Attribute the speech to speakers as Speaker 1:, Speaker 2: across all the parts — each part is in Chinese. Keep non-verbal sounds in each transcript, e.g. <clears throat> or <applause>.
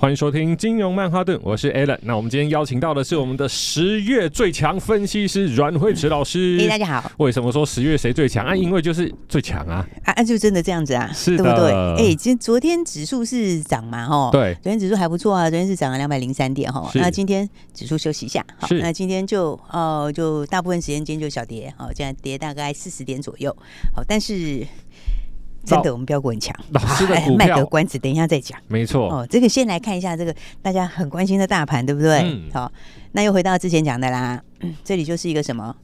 Speaker 1: 欢迎收听《金融曼哈顿》，我是 Alan。那我们今天邀请到的是我们的十月最强分析师阮慧慈老师
Speaker 2: 哎、。大家好，嗯
Speaker 1: 为什么说十月谁最强啊？因为就是最强啊！
Speaker 2: 啊，啊就真的这样子啊，
Speaker 1: 是的
Speaker 2: 对不对？哎、今昨天指数是涨嘛，哦，，
Speaker 1: 对，
Speaker 2: 昨天指数还不错啊，昨天是涨了两百零三点哈。
Speaker 1: 是
Speaker 2: 那今天指数休息一下，好，
Speaker 1: 是
Speaker 2: 那今天就哦、就大部分时间今天就小跌，好、现在跌大概四十点左右，好，但是真
Speaker 1: 老
Speaker 2: 的我们标股很强，
Speaker 1: 老师的
Speaker 2: <laughs> 哎
Speaker 1: 股
Speaker 2: 卖
Speaker 1: 票
Speaker 2: 个关子，等一下再讲。
Speaker 1: 没错，
Speaker 2: 哦，这个先来看一下这个大家很关心的大盘，对不对？好、
Speaker 1: 嗯
Speaker 2: 那又回到之前讲的啦， <clears throat> 嗯这里就是一个什么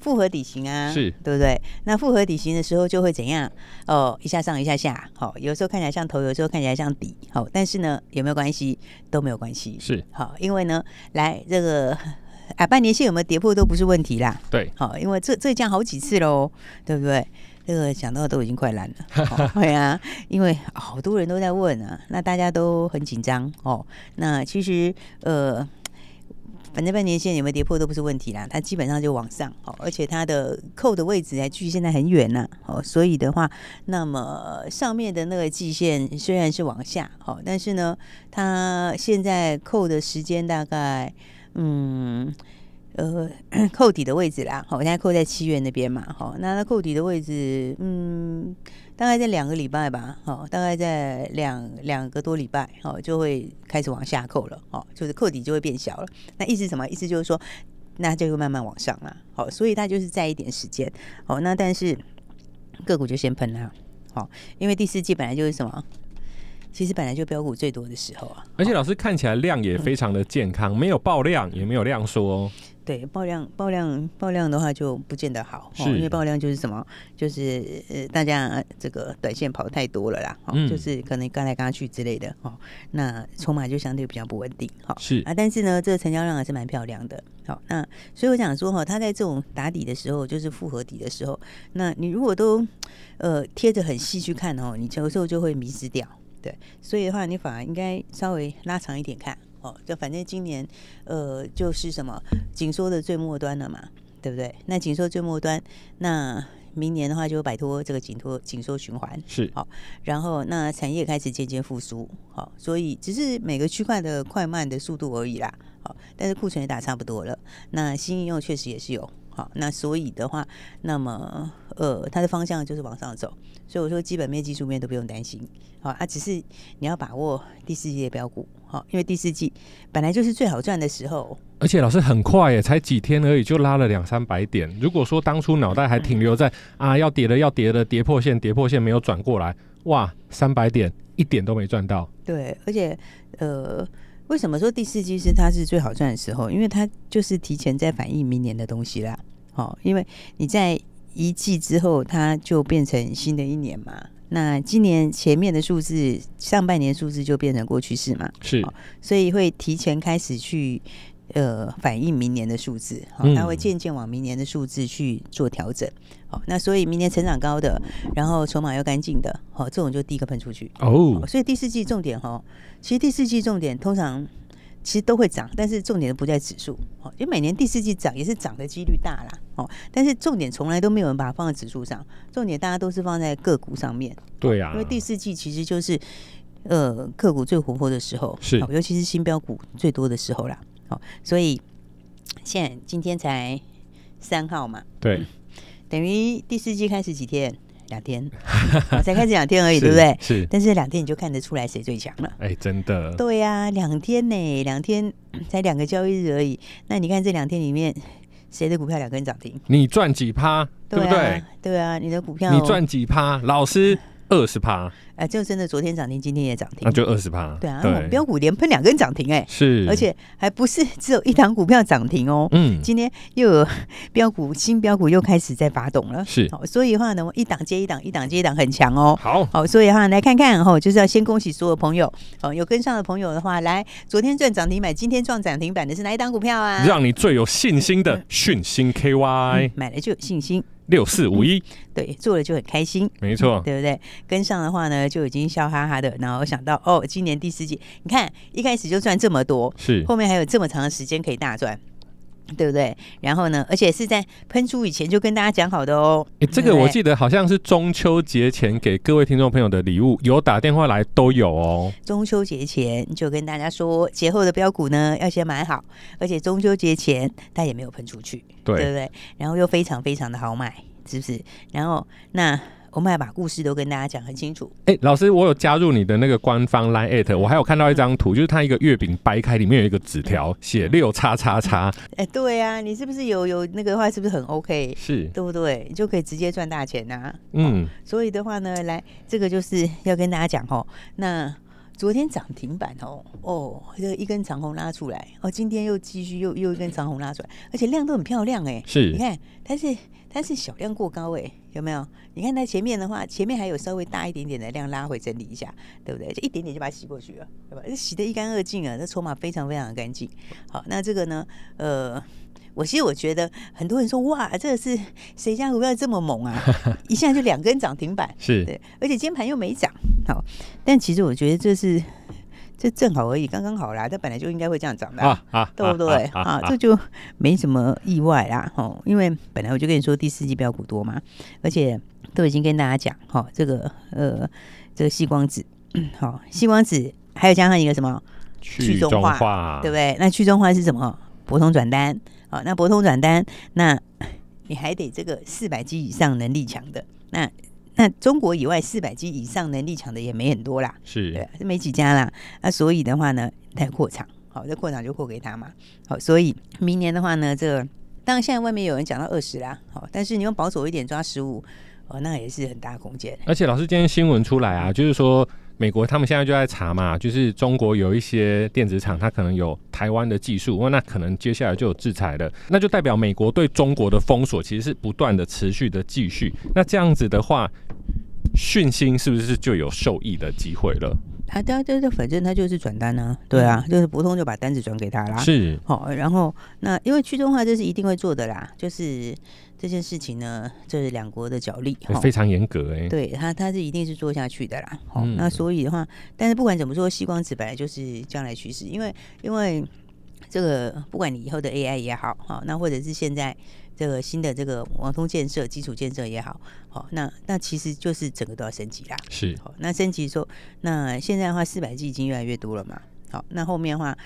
Speaker 2: 复合底型啊，
Speaker 1: 是
Speaker 2: 对不对？那复合底型的时候就会怎样？哦，一下上一下下，好、有时候看起来像头，有时候看起来像底，好、但是呢，有没有关系？都没有关系，
Speaker 1: 是
Speaker 2: 好、因为呢，来这个。啊，半年线有没有跌破都不是问题啦。
Speaker 1: 对，
Speaker 2: 好、因为这这降好几次喽，对不对？这个想到都已经快烂了，哦 <laughs> 对啊，因为好多人都在问啊，那大家都很紧张哦。那其实呃，反正半年线有没有跌破都不是问题啦，它基本上就往上哦，而且它的扣的位置还距现在很远呐、哦，所以的话，那么上面的那个季线虽然是往下哦，但是呢，它现在扣的时间大概嗯。呃，扣底的位置啦，好，现在扣在七月那边嘛，好，那它扣底的位置，嗯，大概在两个礼拜吧，好，大概在两两个多礼拜，好，就会开始往下扣了，哦，就是扣底就会变小了。那意思是什么？意思就是说，那就会慢慢往上啦，好，所以它就是在一点时间，好，那但是个股就先喷啦，好，因为第四季本来就是什么，其实本来就标股最多的时候啊，
Speaker 1: 而且老师看起来量也非常的健康，
Speaker 2: 嗯
Speaker 1: 没有爆量，也没有量缩哦。
Speaker 2: 对，爆量爆量爆量的话就不见得好，哦
Speaker 1: 是
Speaker 2: 因为爆量就是什么，就是呃大家这个短线跑太多了啦，哦，
Speaker 1: 嗯
Speaker 2: 就是可能刚来刚去之类的哦，那筹码就相对比较不稳定，哈、哦。
Speaker 1: 是
Speaker 2: 啊，但是呢，这个成交量还是蛮漂亮的。好，那所以我想说哈，它在这种打底的时候，就是复合底的时候，那你如果都呃贴着很细去看哦，你有时候就会迷失掉。对，所以的话，你反而应该稍微拉长一点看哦。就反正今年呃就是什么紧缩的最末端了嘛，对不对？那紧缩最末端，那明年的话就摆脱这个紧缩紧缩循环。
Speaker 1: 是
Speaker 2: 然后那产业开始渐渐复苏，好、所以只是每个区块的快慢的速度而已啦，好、但是库存也打差不多了，那新应用确实也是有，好、那所以的话，那么呃，它的方向就是往上走，所以我说基本面、技术面都不用担心，好、啊，只是你要把握第四季的标股，好、因为第四季本来就是最好赚的时候，
Speaker 1: 而且老师很快耶，才几天而已就拉了两三百点。如果说当初脑袋还停留在
Speaker 2: 嗯
Speaker 1: 啊要跌了要跌了，跌破线跌破线没有转过来，哇，三百点一点都没赚到。
Speaker 2: 对，而且呃，为什么说第四季是它是最好赚的时候？因为它就是提前在反映明年的东西啦。哦，因为你在一季之后，它就变成新的一年嘛。那今年前面的数字，上半年数字就变成过去式嘛，
Speaker 1: 是
Speaker 2: 好所以会提前开始去呃反映明年的数字，好、
Speaker 1: 嗯
Speaker 2: 它会渐渐往明年的数字去做调整。好、那所以明年成长高的，然后筹码又干净的，好、这种就第一个喷出去。
Speaker 1: 哦
Speaker 2: 哦，所以第四季重点哈，其实第四季重点通常其实都会涨，但是重点不在指数哦，因为每年第四季涨也是涨的几率大啦哦，但是重点从来都没有人把它放在指数上，重点大家都是放在个股上面，
Speaker 1: 对啊
Speaker 2: 因为，第四季其实就是呃个股最活泼的时候，
Speaker 1: 是
Speaker 2: 哦尤其是新标股最多的时候啦，哦，所以现在今天才三号嘛，
Speaker 1: 对，
Speaker 2: 等于第四季开始几天？两天，哦才开始两天而已，对不对？
Speaker 1: 是，是
Speaker 2: 但是两天你就看得出来谁最强了。
Speaker 1: 哎，真的，
Speaker 2: 对呀、两天呢，两天才两个交易日而已。那你看这两天里面，谁的股票两根涨停？
Speaker 1: 你赚几趴，对不
Speaker 2: 啊
Speaker 1: 对？？
Speaker 2: 对啊，你的股票
Speaker 1: 你赚几趴？老师二十趴，
Speaker 2: 哎、就真的昨天涨停，今天也涨停，
Speaker 1: 那就二十趴。
Speaker 2: 对啊，那我们标股连喷两根涨停哎、
Speaker 1: 是，
Speaker 2: 而且还不是只有一档股票涨停哦，
Speaker 1: 嗯，
Speaker 2: 今天又有标股新标股又开始在发动了，
Speaker 1: 是
Speaker 2: 好，所以的话呢，一档接一档，一档接一档很强哦。
Speaker 1: 好，
Speaker 2: 好，所以的话来看看哈、哦，就是要先恭喜所有朋友哦，有跟上的朋友的话，来昨天赚涨停板，今天撞涨停板的是哪一档股票啊？
Speaker 1: 让你最有信心的讯星
Speaker 2: 嗯
Speaker 1: KY
Speaker 2: 买了就有信心，
Speaker 1: 六四五一，
Speaker 2: 对，做了就很开心，
Speaker 1: 没错，
Speaker 2: 对不对？跟上的话呢，就已经笑哈哈的，然后想到哦，今年第四季，你看一开始就赚这么多，
Speaker 1: 是
Speaker 2: 后面还有这么长的时间可以大赚。对不对？然后呢？而且是在喷出以前就跟大家讲好的哦。
Speaker 1: 诶哎这
Speaker 2: 对
Speaker 1: 个
Speaker 2: 不对
Speaker 1: 我记得好像是中秋节前给各位听众朋友的礼物，有打电话来都有哦。
Speaker 2: 中秋节前就跟大家说，节后的标股呢要先买好，而且中秋节前它也没有喷出去，不
Speaker 1: 对，
Speaker 2: 对？然后又非常非常的好买，是不是？然后那我们还把故事都跟大家讲很清楚，
Speaker 1: 哎，老师，我有加入你的那个官方 Line at，我还有看到一张图，就是它一个月饼掰开，里面有一个纸条，写六叉叉叉，
Speaker 2: 哎，对啊，你是不是有有那个的话，是 <laughs> 不是很 OK？
Speaker 1: 是，
Speaker 2: 对不对？你就可以直接赚大钱呐、啊。
Speaker 1: 嗯，
Speaker 2: 所以的话呢，来这个就是要跟大家讲哦，那昨天涨停板哦，哦，这一根长红拉出来，哦，今天又继续又又一根长红拉出来，而且量都很漂亮哎。
Speaker 1: 是
Speaker 2: 你，看它是它是小量过高哎，有没有？你看它前面的话，前面还有稍微大一点点的量拉回整理一下，对不对？就一点点就把它洗过去了，对吧？这洗得一干二净啊，这筹码非常非常的干净。
Speaker 1: 嗯
Speaker 2: 好，那这个呢，呃。我其实我觉得很多人说哇，这个是谁家股票这么猛
Speaker 1: <laughs>
Speaker 2: 啊？一下就两根涨停板，
Speaker 1: 是，
Speaker 2: 对，而且今天盘又没涨，好，但其实我觉得这是这正好而已，刚刚好啦，它本来就应该会这样涨的啊、
Speaker 1: 啊啊，
Speaker 2: 对不对
Speaker 1: 啊
Speaker 2: 啊？
Speaker 1: 啊
Speaker 2: 这
Speaker 1: 啊
Speaker 2: 就没什么意外啦，哦，因为本来我就跟你说第四季标股多嘛，而且都已经跟大家讲，哈、这个呃，这个细光子， <clears throat> 好、哦，细光子还有加上一个什么，去
Speaker 1: 去
Speaker 2: 中
Speaker 1: 中
Speaker 2: 化
Speaker 1: 化，
Speaker 2: 对不对？那去中化是什么？博通转单，好、那博通转单，那你还得这个四百 G 以上能力强的，那那中国以外四百 G 以上能力强的也没很多啦，对
Speaker 1: 是，
Speaker 2: 啊，是没几家啦。那、所以的话呢，它有扩厂，好，这扩厂就扩给他嘛。好，所以明年的话呢，这个当然现在外面有人讲到二十啦，好，但是你用保守一点抓十五，哦，那也是很大空间。
Speaker 1: 而且老师今天新闻出来啊，就是说美国他们现在就在查嘛，就是中国有一些电子厂，它可能有台湾的技术，哇哦那可能接下来就有制裁了，那就代表美国对中国的封锁其实是不断的持续的继续。那这样子的话，讯星是不是就有受益的机会了？
Speaker 2: 啊，对啊，对啊对啊，反正他就是转单啊，对啊，就是博通就把单子转给他啦。
Speaker 1: 嗯是，
Speaker 2: 好、然后那因为去中化这是一定会做的啦，就是这件事情呢，就是两国的角力。哈
Speaker 1: 非常严格哎、
Speaker 2: 哦对他，他是一定是做下去的啦。哦，
Speaker 1: 嗯
Speaker 2: 那所以的话，但是不管怎么说，吸光子本来就是将来趋势，因为因为这个不管你以后的 AI 也好，好、那或者是现在这个新的这个网通建设、基础建设也好，好、那那其实就是整个都要升级啦。
Speaker 1: 是
Speaker 2: 好、那升级说，那现在的话，四百 G 已经越来越多了嘛。好、那后面的话，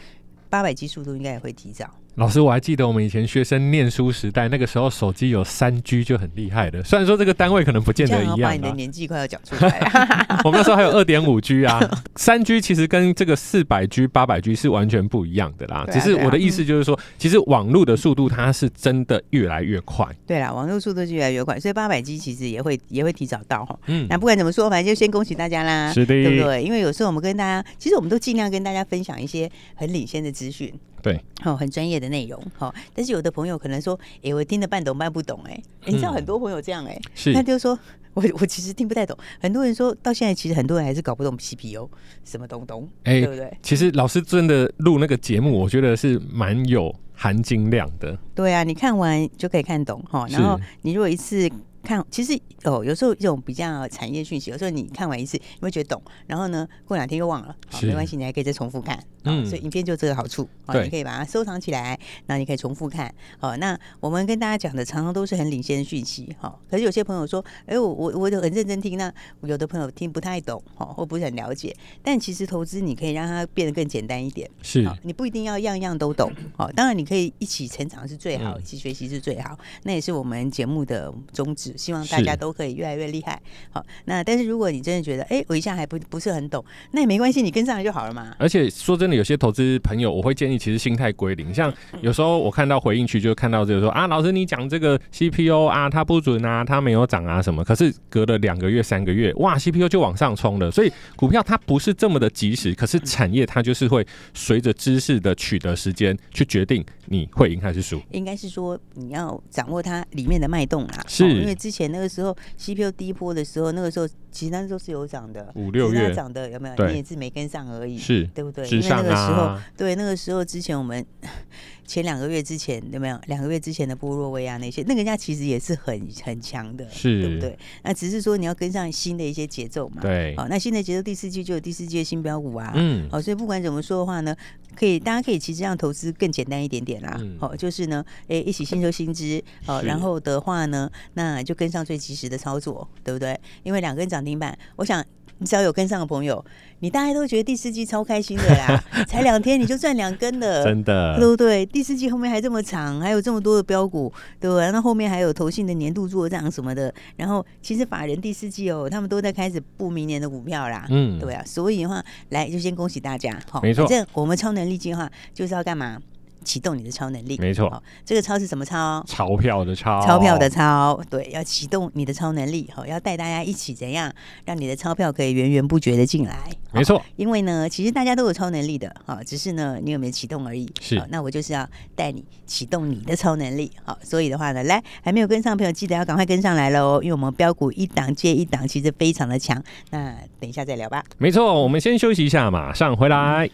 Speaker 2: 八百 G 速度应该也会提早。
Speaker 1: 老师，我还记得我们以前学生念书时代，那个时候手机有三 G 就很厉害的。虽然说这个单位可能不见
Speaker 2: 这
Speaker 1: 得
Speaker 2: 样好
Speaker 1: 一
Speaker 2: 像把
Speaker 1: 样
Speaker 2: 你的
Speaker 1: 啊，
Speaker 2: 年纪快要讲出来了。
Speaker 1: <laughs>
Speaker 2: <laughs>
Speaker 1: 我们那时候还有二点五 G 啊，三 G 其实跟这个四百 G、八百 G 是完全不一样的啦。
Speaker 2: 对啊
Speaker 1: 只是我的意思就是说，其实网络的速度它是真的越来越快。
Speaker 2: 对啦，网络速度是越来越快，所以八百 G 其实也会也会提早到哈。
Speaker 1: 嗯
Speaker 2: 那不管怎么说，反正就先恭喜大家啦，
Speaker 1: 是的
Speaker 2: 对不对？因为有时候我们跟大家，其实我们都尽量跟大家分享一些很领先的资讯，
Speaker 1: 对，
Speaker 2: 哦，很专业的内容，哦。但是有的朋友可能说，诶，我听得半懂半不懂、诶，哎、你知道
Speaker 1: 嗯
Speaker 2: 很多朋友这样、诶，
Speaker 1: 是
Speaker 2: 他就说。我我其实听不太懂，很多人说到现在，其实很多人还是搞不懂 CPU 什么东东，
Speaker 1: 哎
Speaker 2: 对不对？
Speaker 1: 其实老师真的录那个节目，我觉得是蛮有含金量的。
Speaker 2: 对啊，你看完就可以看懂哈。
Speaker 1: 是
Speaker 2: 然后你如果一次看，其实哦，有时候这种比较产业讯息，有时候你看完一次你会觉得懂，然后呢，过两天又忘了，好，
Speaker 1: 是
Speaker 2: 没关系，你还可以再重复看。嗯，
Speaker 1: 嗯
Speaker 2: 所以影片就这个好处，哦，
Speaker 1: 对
Speaker 2: 你可以把它收藏起来，然后你可以重复看。哦，那我们跟大家讲的常常都是很领先的讯息，哈、哦。可是有些朋友说，哎，我我我很认真听，那有的朋友听不太懂，哦，或不是很了解。但其实投资你可以让它变得更简单一点。
Speaker 1: 是
Speaker 2: 好，啊你不一定要样样都懂，哦好、当然你可以一起成长是最好，
Speaker 1: 嗯
Speaker 2: 一起学习是最好，那也是我们节目的宗旨识，希望大家
Speaker 1: 是
Speaker 2: 都可以越来越厉害。好，那但是如果你真的觉得，哎、我一下还不不是很懂，那也没关系，你跟上来就好了嘛。
Speaker 1: 而且说真的，有些投资朋友，我会建议其实心态归零。像有时候我看到回应区，就看到这个说啊，老师你讲这个 CPU 啊，它不准啊，它没有涨啊什么。可是隔了两个月、三个月，哇，CPU 就往上冲了。所以股票它不是这么的及时，可是产业它就是会随着知识的取得时间去决定你会赢还是输。
Speaker 2: 应该是说你要掌握它里面的脉动啦，
Speaker 1: 是
Speaker 2: 哦因为之前那个时候 CPU 低波的时候，那个时候其实那时候是有涨的，
Speaker 1: 五六
Speaker 2: 只是它
Speaker 1: 月
Speaker 2: 涨的有没有？
Speaker 1: 对
Speaker 2: 你也是没跟上而已，
Speaker 1: 是
Speaker 2: 对不对？因
Speaker 1: 直
Speaker 2: 为那
Speaker 1: 上
Speaker 2: 个时候，
Speaker 1: 啊，
Speaker 2: 对那个时候之前我们 <laughs> 前两个月之前有没有？两个月之前的波若威啊那些，那个人家其实也是很很强的，
Speaker 1: 是
Speaker 2: 对不对？那只是说你要跟上新的一些节奏嘛，。
Speaker 1: 对，
Speaker 2: 好、那新的节奏第四季就有第四季的新标股啊，
Speaker 1: 嗯，
Speaker 2: 哦哦，所以不管怎么说的话呢，可以大家可以其实让投资更简单一点点啦。
Speaker 1: 嗯
Speaker 2: 哦，就是呢，哎、一起吸收新知，哦，
Speaker 1: 是
Speaker 2: 然后的话呢，那就跟上最及时的操作，对不对？因为两根涨停板，我想。你只要有跟上的朋友，你大家都觉得第四季超开心的
Speaker 1: <laughs>
Speaker 2: 啦，才两天你就赚两根了，
Speaker 1: 真的
Speaker 2: 对不对？第四季后面还这么长，还有这么多的标股，对吧？那后面还有投信的年度做账什么的，然后其实法人第四季哦，他们都在开始布明年的股票啦，
Speaker 1: 嗯
Speaker 2: 对啊，所以的话，来就先恭喜大家，好
Speaker 1: 没错
Speaker 2: 反正我们超能力计划就是要干嘛？启动你的超能力，
Speaker 1: 没错
Speaker 2: 好这个超是什么超？
Speaker 1: 钞票的钞，
Speaker 2: 钞票的钞，对，要启动你的超能力，好，要带大家一起怎样，让你的钞票可以源源不绝的进来。
Speaker 1: 没错，
Speaker 2: 因为呢，其实大家都有超能力的，哈，只是呢，你有没有启动而已。
Speaker 1: 是
Speaker 2: 好那我就是要带你启动你的超能力，好，所以的话呢，来还没有跟上的朋友，记得要赶快跟上来喽，因为我们标股一档接一档，其实非常的强。那等一下再聊吧。
Speaker 1: 没错。我们先休息一下，马上回来。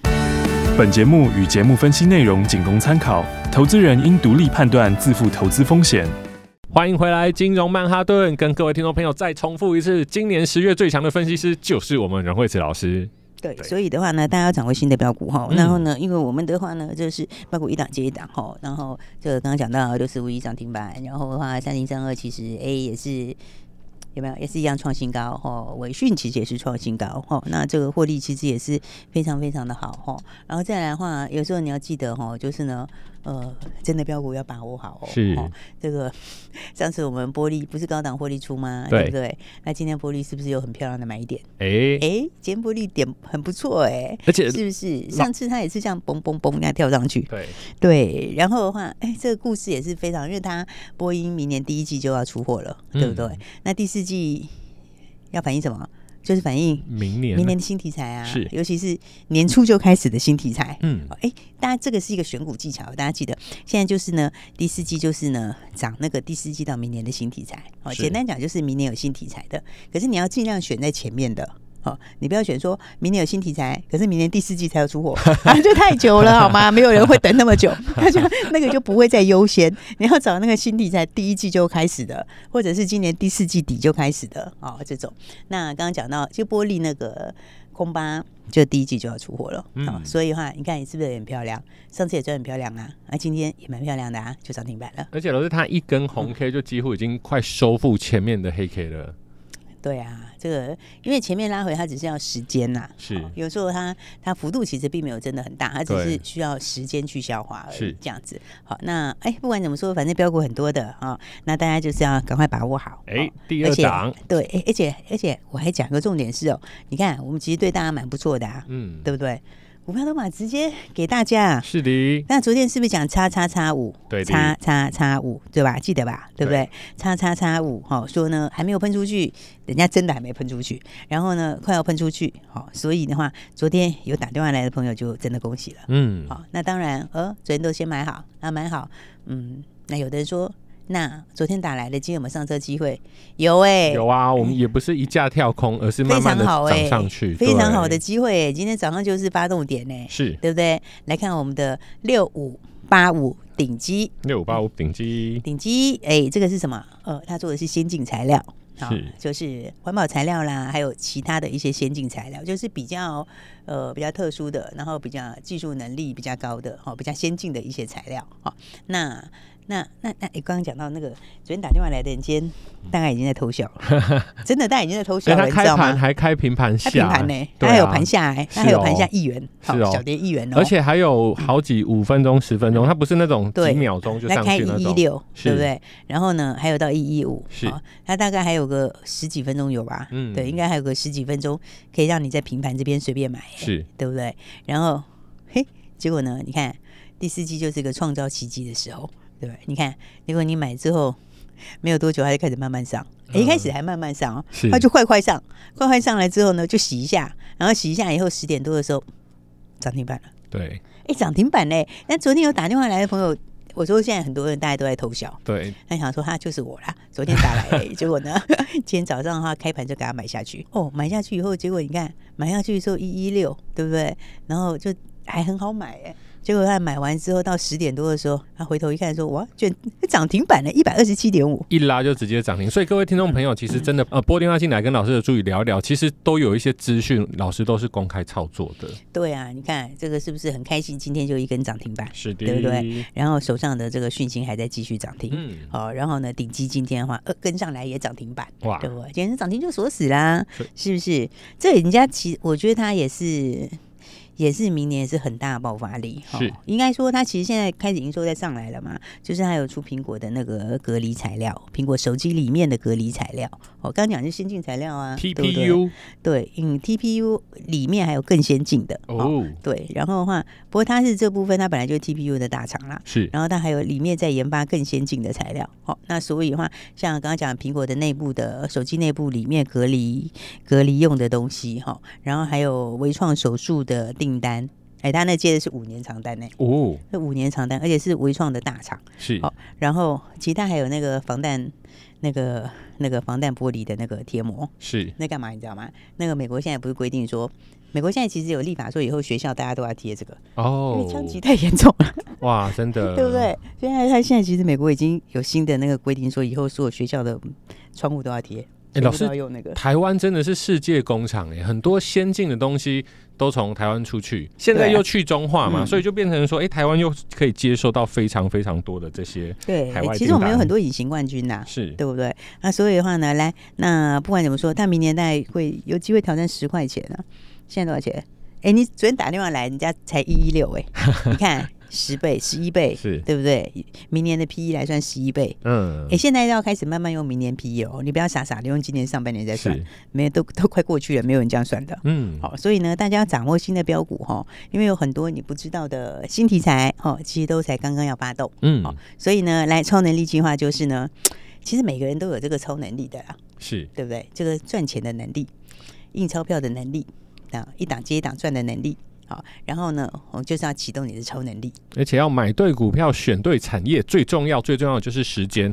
Speaker 3: 本节目与节目分析内容仅供参考，投资人应独立判断，自负投资风险。
Speaker 1: 欢迎回来，金融曼哈顿，跟各位听众朋友再重复一次，今年十月最强的分析师就是我们任慧慈老师。
Speaker 2: 对，
Speaker 1: 对
Speaker 2: 所以的话呢，大家要掌握新的标股哈。
Speaker 1: 嗯
Speaker 2: 然后呢，因为我们的话呢，就是标股一档接一档哈。然后就刚刚讲到六四五一涨停板，然后的话三零三二其实 A 也是。有没有也是一样创新高哦？伟讯其实也是创新高哦，那这个获利其实也是非常非常的好哦。然后再来的话，有时候你要记得哦，就是呢，呃，真的标股要把握好哦。
Speaker 1: 是
Speaker 2: 哦这个上次我们玻璃不是高档获利出吗？
Speaker 1: 对
Speaker 2: 不对？那今天玻璃是不是有很漂亮的买点？
Speaker 1: 哎、
Speaker 2: 哎、今天玻璃点很不错哎、
Speaker 1: 而且
Speaker 2: 是不是？
Speaker 1: 老
Speaker 2: 上次他也是这样嘣嘣嘣那样跳上去，
Speaker 1: 对，
Speaker 2: 对。然后的话，哎、这个故事也是非常，因为他波音明年第一季就要出货了，对不对？
Speaker 1: 嗯
Speaker 2: 那第四季要反映什么？就是反映
Speaker 1: 明年呢
Speaker 2: 明年的新题材啊，
Speaker 1: 是
Speaker 2: 尤其是年初就开始的新题材。
Speaker 1: 嗯，
Speaker 2: 哎、大家这个是一个选股技巧，大家记得。现在就是呢，第四季就是呢，涨那个第四季到明年的新题材。哦，
Speaker 1: 是
Speaker 2: 简单讲就是明年有新题材的，可是你要尽量选在前面的。哦，你不要选说明年有新题材，可是明年第四季才要出货，啊，就太久了好吗？没有人会等那么久， <laughs> 那就那个就不会再优先。你要找那个新题材第一季就开始的，或者是今年第四季底就开始的哦，这种。那刚刚讲到就玻璃那个空巴，就第一季就要出货了，
Speaker 1: 嗯
Speaker 2: 哦，所以的话，你看你是不是也很漂亮？上次也赚很漂亮啊，啊，今天也蛮漂亮的啊，就涨停板了。
Speaker 1: 而且老师他一根红 K 就几乎已经快收复前面的黑 K 了，
Speaker 2: 对啊，这个因为前面拉回它只是要时间呐、
Speaker 1: 是
Speaker 2: 哦有时候它它幅度其实并没有真的很大，它只
Speaker 1: 对
Speaker 2: 是需要时间去消化而已
Speaker 1: 是
Speaker 2: 这样子。好，那哎，不管怎么说，反正标股很多的啊、哦那大家就是要赶快把握好。
Speaker 1: 哎、
Speaker 2: 哦
Speaker 1: 第
Speaker 2: 而
Speaker 1: 二
Speaker 2: 且
Speaker 1: 档，
Speaker 2: 对，哎而且而且我还讲个重点是哦，你看我们其实对大家蛮不错的啊，
Speaker 1: 嗯，
Speaker 2: 对不对？股票都把直接给大家啊，
Speaker 1: 是的，
Speaker 2: 那昨天是不是讲叉叉叉五？
Speaker 1: 对的
Speaker 2: 叉叉叉五，对吧？记得吧？对不对
Speaker 1: 对？
Speaker 2: 叉叉叉五，好、说呢还没有喷出去，人家真的还没喷出去，然后呢快要喷出去，好、所以的话，昨天有打电话来的朋友就真的恭喜了。
Speaker 1: 嗯
Speaker 2: 好、，那当然，呃，昨天都先买好，那买好，嗯，那有的人说，那昨天打来的，今天有没有上车机会？有哎、
Speaker 1: 有啊，我们也不是一架跳空，而是慢
Speaker 2: 非
Speaker 1: 慢
Speaker 2: 常
Speaker 1: 的
Speaker 2: 好哎、
Speaker 1: 涨上去，
Speaker 2: 非常好的
Speaker 1: 对，
Speaker 2: 机会、哎今天早上就是发动点呢、哎
Speaker 1: 是
Speaker 2: 对不对？来看我们的六五八五顶级，
Speaker 1: 六五八五顶级，
Speaker 2: 顶级，哎，这个是什么？呃，它做的是先进材料，
Speaker 1: 是
Speaker 2: 就是环保材料啦，还有其他的一些先进材料，就是比较呃比较特殊的，然后比较技术能力比较高的，哦，比较先进的一些材料，哦，那。那那那，你刚刚讲到那个昨天打电话来的人，今天大概已经在偷笑了，
Speaker 1: <laughs>
Speaker 2: 真的，大概已经在偷笑
Speaker 1: 哎，
Speaker 2: 了，
Speaker 1: 他
Speaker 2: 你
Speaker 1: 开
Speaker 2: 知道吗
Speaker 1: 盘？还开平盘
Speaker 2: 它
Speaker 1: 下，
Speaker 2: 平盘呢，它
Speaker 1: 对
Speaker 2: 还有
Speaker 1: 啊
Speaker 2: 盘下哎，它
Speaker 1: 是
Speaker 2: 还有
Speaker 1: 哦
Speaker 2: 盘下一元，好
Speaker 1: 是哦
Speaker 2: 小跌一元哦，
Speaker 1: 而且还有好几五分钟、十分钟，它不是那种
Speaker 2: 嗯对
Speaker 1: 几秒钟就
Speaker 2: 来
Speaker 1: 上
Speaker 2: 开
Speaker 1: 去那
Speaker 2: 一一
Speaker 1: 种。
Speaker 2: 六，对
Speaker 1: 是
Speaker 2: 不对？然后呢，还有到一一五，
Speaker 1: 是
Speaker 2: 好它大概还有个十几分钟有吧？
Speaker 1: 嗯
Speaker 2: 对，应该还有个十几分钟可以让你在平盘这边随便买，
Speaker 1: 是
Speaker 2: 对不对？然后嘿，结果呢，你看第四季就是一个创造奇迹的时候，对不对？你看，结果你买之后没有多久，它就开始慢慢上，
Speaker 1: 嗯
Speaker 2: 诶一开始还慢慢上哦，
Speaker 1: 是，
Speaker 2: 它就快快上，快快上来之后呢，就洗一下，然后洗一下以后十点多的时候涨停板了。
Speaker 1: 对
Speaker 2: 哎，涨停板嘞！那昨天有打电话来的朋友，我说现在很多人大家都在偷笑，
Speaker 1: 对，
Speaker 2: 那想说他啊就是我啦。昨天打来嘞，结果呢，今天早上的话开盘就给他买下去。哦，买下去以后，结果你看买下去之后一一六，对不对？然后就还很好买哎。结果他买完之后，到十点多的时候，他回头一看说：“哇，卷涨停板了，一百二十七点五。
Speaker 1: 一拉就直接涨停。所以各位听众朋
Speaker 2: 嗯
Speaker 1: 友，其实真的呃，拨电话进来跟老师的助理聊一聊，其实都有一些资讯，老师都是公开操作的。”
Speaker 2: 对啊，你看这个是不是很开心？今天就一根涨停板，
Speaker 1: 是的
Speaker 2: 对不对？然后手上的这个讯息还在继续涨停。
Speaker 1: 嗯，
Speaker 2: 哦，然后呢，顶基今天的话，呃，跟上来也涨停板，
Speaker 1: 哇
Speaker 2: 对不对？今天涨停就锁死啦
Speaker 1: 是，
Speaker 2: 是不是？这人家其我觉得他也是，也是明年也是很大的爆发力，
Speaker 1: 是
Speaker 2: 应该说他其实现在开始营收在上来了嘛，就是他有出苹果的那个隔离材料，苹果手机里面的隔离材料，哦，刚刚讲是先进材料啊对不对
Speaker 1: ，TPU
Speaker 2: 对，嗯，TPU 里面还有更先进的哦，
Speaker 1: 哦，
Speaker 2: 对，然后的话，不过它是这部分，它本来就是 TPU 的大厂啦，
Speaker 1: 是
Speaker 2: 然后它还有里面在研发更先进的材料。好、那所以的话，像刚刚讲苹果的内部的呃手机内部里面隔离隔离用的东西哈、然后还有微创手术的订单。哎，他那接的是五年长单呢，
Speaker 1: 哦，
Speaker 2: 那五年长单，而且是微创的大厂。
Speaker 1: 是
Speaker 2: 好然后其他还有那个防弹、那个那个防弹玻璃的那个贴膜，
Speaker 1: 是
Speaker 2: 那干嘛你知道吗？那个美国现在不是规定说，美国现在其实有立法说，以后学校大家都要贴这个，因
Speaker 1: 哦
Speaker 2: 为，枪击太严重了。
Speaker 1: 哇，真的，
Speaker 2: <laughs> 对不对？？所以他他现在其实美国已经有新的那个规定，说以后所有学校的窗户都要贴，
Speaker 1: 哎，
Speaker 2: 全
Speaker 1: 老
Speaker 2: 部
Speaker 1: 师
Speaker 2: 都要用
Speaker 1: <laughs>
Speaker 2: 那个。
Speaker 1: 台湾真的是世界工厂哎，很多先进的东西都从台湾出去，现在
Speaker 2: 对
Speaker 1: 又去中化嘛，
Speaker 2: 嗯
Speaker 1: 所以就变成说，哎、台湾又可以接受到非常非常多的这些，
Speaker 2: 对
Speaker 1: 海外，
Speaker 2: 其
Speaker 1: 订
Speaker 2: 实我们有
Speaker 1: 单
Speaker 2: 很多隐形冠军呐、
Speaker 1: 是
Speaker 2: 对不对？那所以的话呢，来，那不管怎么说，他明年大概会有机会挑战十块钱啊。现在多少钱？哎，你昨天打电话来，人家才一一
Speaker 1: <laughs>
Speaker 2: 六哎，你看十倍、十一倍，
Speaker 1: 是
Speaker 2: 对不对？明年的 P E 来算十一倍。
Speaker 1: 嗯
Speaker 2: 哎，，现在要开始慢慢用明年 P E 哦，你不要傻傻的用今年上半年再算
Speaker 1: 是，，
Speaker 2: 没有都都快过去了，没有人这样算的。
Speaker 1: 嗯，
Speaker 2: 好，所以呢，大家要掌握新的标股哈，因为有很多你不知道的新题材哈，其实都才刚刚要发动。
Speaker 1: 嗯
Speaker 2: 好，所以呢，来超能力计划就是呢，其实每个人都有这个超能力的啦，
Speaker 1: 是
Speaker 2: 对不对？这个赚钱的能力，印钞票的能力啊，一档接一档赚的能力。好，然后呢，我就是要启动你的超能力。
Speaker 1: 而且要买对股票，选对产业，最重要最重要的就是时间。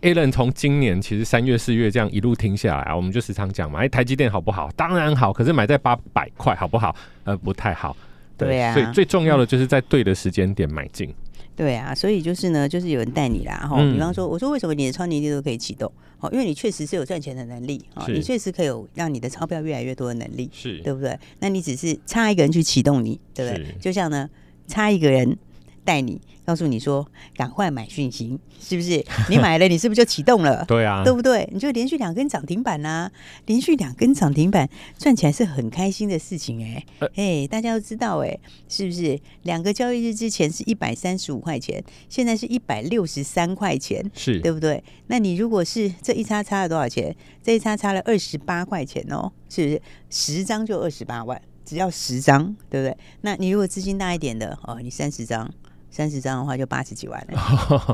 Speaker 1: Alan 从今年其实三月四月这样一路听下来啊，我们就时常讲嘛，哎、台积电好不好？当然好，可是买在八百块好不好？呃，不太好。
Speaker 2: 对啊
Speaker 1: 所以最重要的就是在对的时间点买进。
Speaker 2: 对啊，所以就是呢，就是有人带你啦，哈、
Speaker 1: 嗯
Speaker 2: 比方说，我说为什么你的超能力都可以启动？哦，因为你确实是有赚钱的能力，哦，
Speaker 1: 是
Speaker 2: 你确实可以有让你的钞票越来越多的能力。
Speaker 1: 是
Speaker 2: 对不对？那你只是差一个人去启动你，对不对
Speaker 1: 是？
Speaker 2: 就像呢，差一个人带你，告诉你说赶快买讯息，是不是？你买
Speaker 1: <laughs>
Speaker 2: 了，你是不是就启动了？
Speaker 1: 对啊，
Speaker 2: 对不对？你就连续两根涨停板啦、连续两根涨停板，赚起来是很开心的事情哎、
Speaker 1: 呃
Speaker 2: 哎、大家都知道哎、是不是？两个交易日之前是一百三十五块钱，现在是一百六十三块钱，
Speaker 1: 是
Speaker 2: 对不对？那你如果是这一差差了多少钱？这一差差了二十八块钱哦，是不是？十张就二十八万，只要十张，对不对？那你如果资金大一点的哦，你三十张，三十张的话就八十几万
Speaker 1: <laughs> <laughs>
Speaker 2: 了。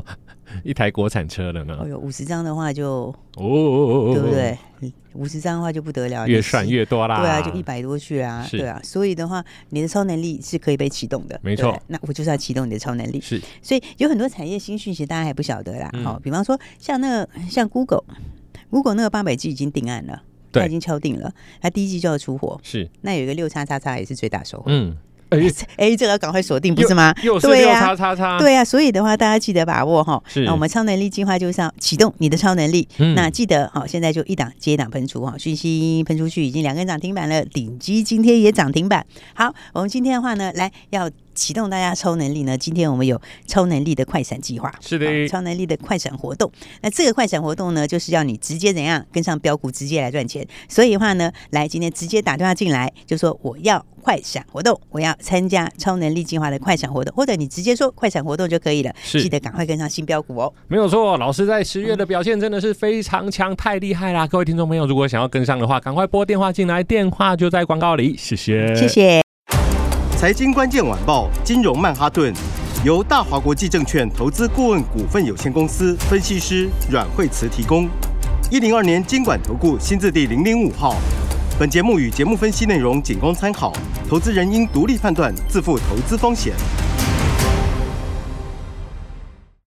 Speaker 1: 一台国产车了呢。
Speaker 2: 哦哟，五十张的话就
Speaker 1: 哦哦哦，
Speaker 2: 对不对？五十张的话就不得了，
Speaker 1: 越
Speaker 2: 你
Speaker 1: 算
Speaker 2: 是
Speaker 1: 越多啦。
Speaker 2: 对啊，就一。百多去啊，
Speaker 1: 是
Speaker 2: 对啊，所以的话，你的超能力是可以被启动的，
Speaker 1: 没
Speaker 2: 对不
Speaker 1: 错
Speaker 2: 对那我就是要启动你的超能力，
Speaker 1: 是
Speaker 2: 所以有很多产业新讯息大家还不晓得啦。
Speaker 1: 嗯
Speaker 2: 好、比方说像那个像 Google，Google 那个八百 G 已经定案了，
Speaker 1: 对
Speaker 2: 它已经敲定了，它第一季就要出货。
Speaker 1: 是，
Speaker 2: 那有一个六叉叉叉也是最大收获， <laughs>
Speaker 1: 嗯，哎
Speaker 2: 哎，这个要赶快锁定，不是吗？
Speaker 1: 又是
Speaker 2: 哦对
Speaker 1: 六
Speaker 2: 呀
Speaker 1: 叉叉叉，
Speaker 2: 对啊呀、所以的话，大家记得把握哈。
Speaker 1: 啊是
Speaker 2: 那我们超能力计划就是要启动你的超能力。
Speaker 1: 嗯
Speaker 2: 那记得好、现在就一档接一档喷出哈，讯息喷出去已经两根涨停板了，顶基今天也涨停板。好，我们今天的话呢，来要启动大家超能力呢。今天我们有超能力的快闪计划，
Speaker 1: 是的
Speaker 2: 好超能力的快闪活动。那这个快闪活动呢，就是要你直接怎样跟上标股，直接来赚钱。所以的话呢，来今天直接打电话进来，就说我要快闪活动，我要参加超能力计划的快闪活动，或者你直接说快闪活动就可以了。
Speaker 1: 是
Speaker 2: 记得赶快跟上新标股哦。
Speaker 1: 没有错，老师在十月的表现真的是非常强，太厉害啦！各位听众朋友，如果想要跟上的话，赶快拨电话进来，电话就在广告里。谢谢，
Speaker 2: 谢。谢。
Speaker 4: 财经关键晚报，金融曼哈顿，由大华国际证券投资顾问股份有限公司分析师阮惠慈提供。一零二年经管投顾新字第零零五号。本节目与节目分析内容仅供参考，投资人应独立判断，自负投资风险。